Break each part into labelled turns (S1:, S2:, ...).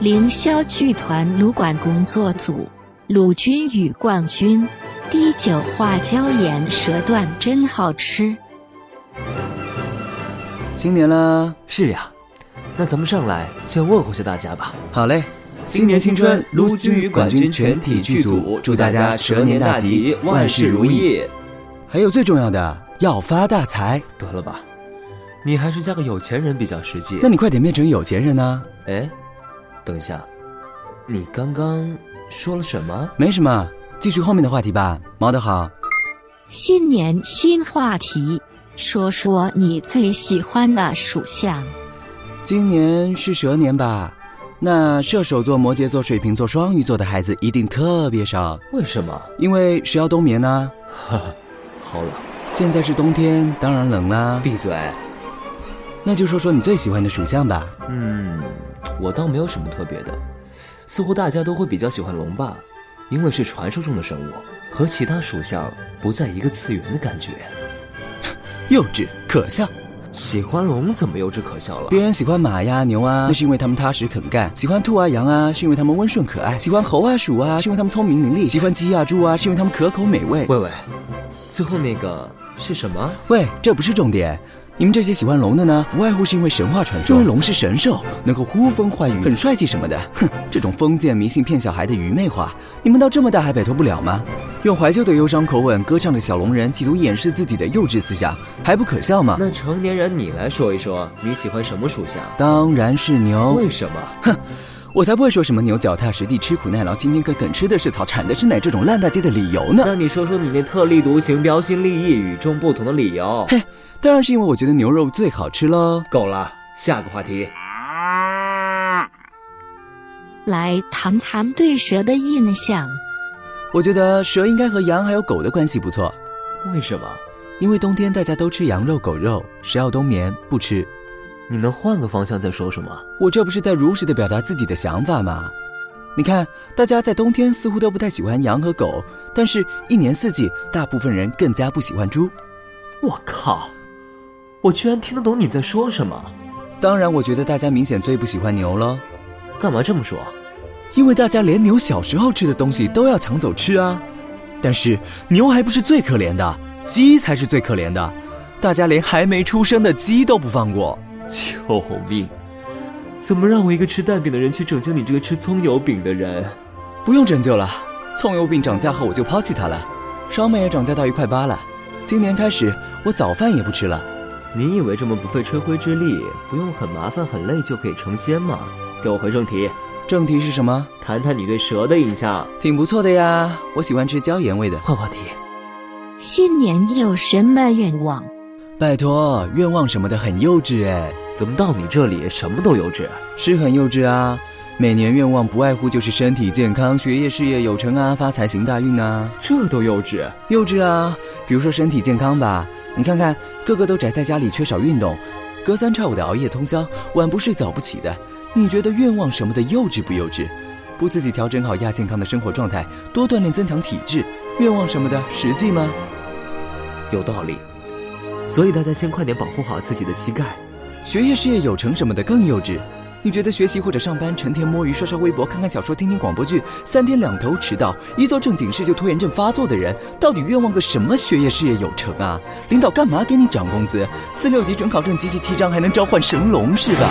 S1: 凌霄剧团卢馆工作组，鲁军与冠军，滴酒花椒盐蛇段真好吃。
S2: 新年啦！
S3: 是呀，那咱们上来先问候下大家吧。
S2: 好嘞，
S4: 新年新春，卢军与管军全体剧组祝大家蛇年大吉，万事如意。
S2: 还有最重要的，要发大财。
S3: 得了吧，你还是嫁个有钱人比较实际
S2: 那。你快点变成有钱人啊呐、
S3: 哎，等一下，你刚刚说了什么？
S2: 没什么，继续后面的话题吧。毛得好，
S1: 新年新话题，说说你最喜欢的属相。
S2: 今年是蛇年吧？那射手座、摩羯座、水瓶座、双鱼座的孩子一定特别少，
S3: 为什么？
S2: 因为谁要冬眠呢、
S3: 好冷，
S2: 现在是冬天，当然冷啦。
S3: 闭嘴。
S2: 那就说说你最喜欢的属相吧。
S3: 嗯，我倒没有什么特别的，似乎大家都会比较喜欢龙吧，因为是传说中的生物，和其他属相不在一个次元的感觉。
S2: 幼稚可笑，
S3: 喜欢龙怎么幼稚可笑了？
S2: 别人喜欢马呀、牛啊，那是因为他们踏实肯干；喜欢兔啊、羊啊，是因为他们温顺可爱；喜欢猴啊、鼠啊，是因为他们聪明伶俐；喜欢鸡啊、猪啊，是因为他们可口美味。
S3: 喂喂，最后那个是什么？
S2: 喂，这不是重点。你们这些喜欢龙的呢，不外乎是因为神话传说，因为龙是神兽，能够呼风唤雨，很帅气什么的。哼，这种封建迷信骗小孩的愚昧话，你们到这么大还摆脱不了吗？用怀旧的忧伤口吻歌唱着小龙人，企图掩饰自己的幼稚思想，还不可笑吗？
S3: 那成年人你来说一说，你喜欢什么属相？
S2: 当然是牛，
S3: 为什么？
S2: 我才不会说什么牛脚踏实地、吃苦耐劳、勤勤恳恳、吃的是草、产的是奶这种烂大街的理由呢。
S3: 那你说说你那特立独行、标新立异、与众不同的理由。
S2: 嘿，当然是因为我觉得牛肉最好吃喽。
S3: 够了，下个话题。
S1: 来谈谈对蛇的印象。
S2: 我觉得蛇应该和羊还有狗的关系不错，
S3: 为什么？
S2: 因为冬天大家都吃羊肉、狗肉，谁要冬眠不吃？
S3: 你能换个方向再说说吗？
S2: 我这不是在如实的表达自己的想法吗？你看，大家在冬天似乎都不太喜欢羊和狗，但是一年四季，大部分人更加不喜欢猪。
S3: 我靠，我居然听得懂你在说什么！
S2: 当然，我觉得大家明显最不喜欢牛了，
S3: 干嘛这么说？
S2: 因为大家连牛小时候吃的东西都要抢走吃啊。但是牛还不是最可怜的，鸡才是最可怜的，大家连还没出生的鸡都不放过。
S3: 救命！怎么让我一个吃蛋饼的人去拯救你这个吃葱油饼的人？
S2: 不用拯救了，葱油饼涨价后我就抛弃它了，烧麦也涨价到一块八了。今年开始，我早饭也不吃了。
S3: 你以为这么不费吹灰之力，不用很麻烦很累就可以成仙吗？给我回正题，
S2: 正题是什么？
S3: 谈谈你对蛇的印象。
S2: 挺不错的呀，我喜欢吃椒盐味的。
S3: 换话题，
S1: 新年有什么愿望？
S2: 拜托，愿望什么的很幼稚哎，
S3: 怎么到你这里什么都幼稚？
S2: 是很幼稚啊。每年愿望不外乎就是身体健康、学业事业有成啊、发财行大运啊。
S3: 这都幼稚？
S2: 幼稚啊，比如说身体健康吧，你看看个个都宅在家里，缺少运动，隔三差五的熬夜通宵，晚不睡早不起的，你觉得愿望什么的幼稚不幼稚？不自己调整好亚健康的生活状态，多锻炼增强体质，愿望什么的实际吗？
S3: 有道理。所以大家先快点保护好自己的膝盖。
S2: 学业事业有成什么的更幼稚。你觉得学习或者上班，成天摸鱼、刷刷微博、看看小说、听听广播剧，三天两头迟到，一做正经事就拖延症发作的人，到底愿望个什么学业事业有成啊？领导干嘛给你涨工资？四六级准考证及其七张还能召唤神龙是吧？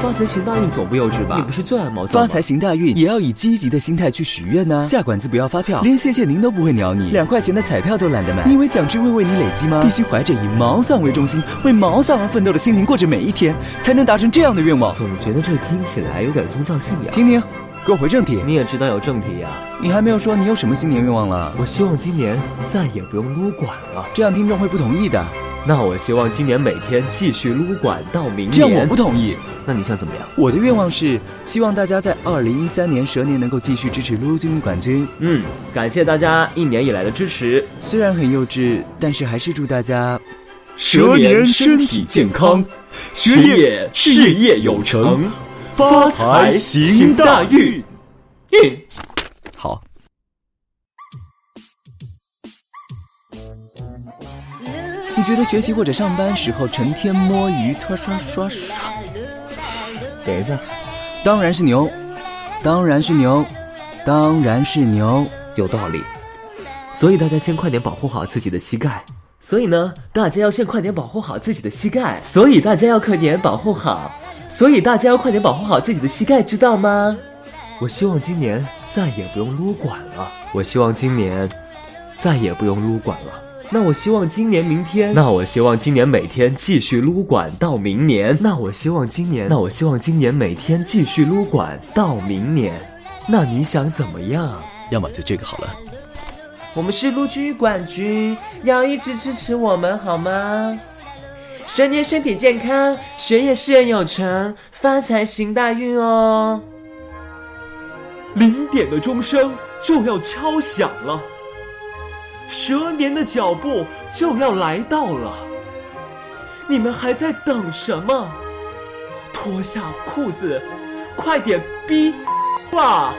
S3: 发财行大运总不幼稚吧？你不是最爱毛躁
S2: 发
S3: 吗？
S2: 财行大运也要以积极的心态去许愿呢、下馆子不要发票，连谢谢您都不会鸟你，两块钱的彩票都懒得买。你以为奖金会为你累积吗？必须怀着以毛丧为中心，为毛丧而奋斗的心情过着每一天，才能达成这样的愿望。
S3: 总觉得这听起来有点宗教信仰。
S2: 婷婷，给我回正题。
S3: 你也知道有正题呀、
S2: 你还没有说你有什么新年愿望了，
S3: 我希望今年再也不用撸管了。
S2: 这样听众会不同意的。
S3: 那我希望今年每天继续撸管到明年。
S2: 这样我不同意。
S3: 那你想怎么样？
S2: 我的愿望是，希望大家在二零一三年蛇年能够继续支持陆军管军。
S3: 嗯，感谢大家一年以来的支持。
S2: 虽然很幼稚，但是还是祝大家
S4: 蛇年身体健康，学业事业有成，发财行大运。
S3: 运。
S2: 好。你觉得学习或者上班时候成天摸鱼、刷刷刷刷，
S3: 等一下，
S2: 当然是牛，当然是牛，当然是牛。
S3: 有道理。所以大家先快点保护好自己的膝盖。所以呢，大家要先快点保护好自己的膝盖。所以大家要快点保护好。所以大家要快点保护好自己的膝盖，知道吗？我希望今年再也不用撸管了。我希望今年再也不用撸管了。那我希望今年明天，那我希望今年每天继续撸管到明年。那我希望今年，那我希望今年每天继续撸管到明年。那你想怎么样？
S5: 要么就这个好了。
S6: 我们是陆军管军，要一直支持我们好吗？蛇年身体健康，学业事业有成，发财行大运哦！
S4: 零点的钟声就要敲响了，蛇年的脚步就要来到了。你们还在等什么？脱下裤子，快点逼吧！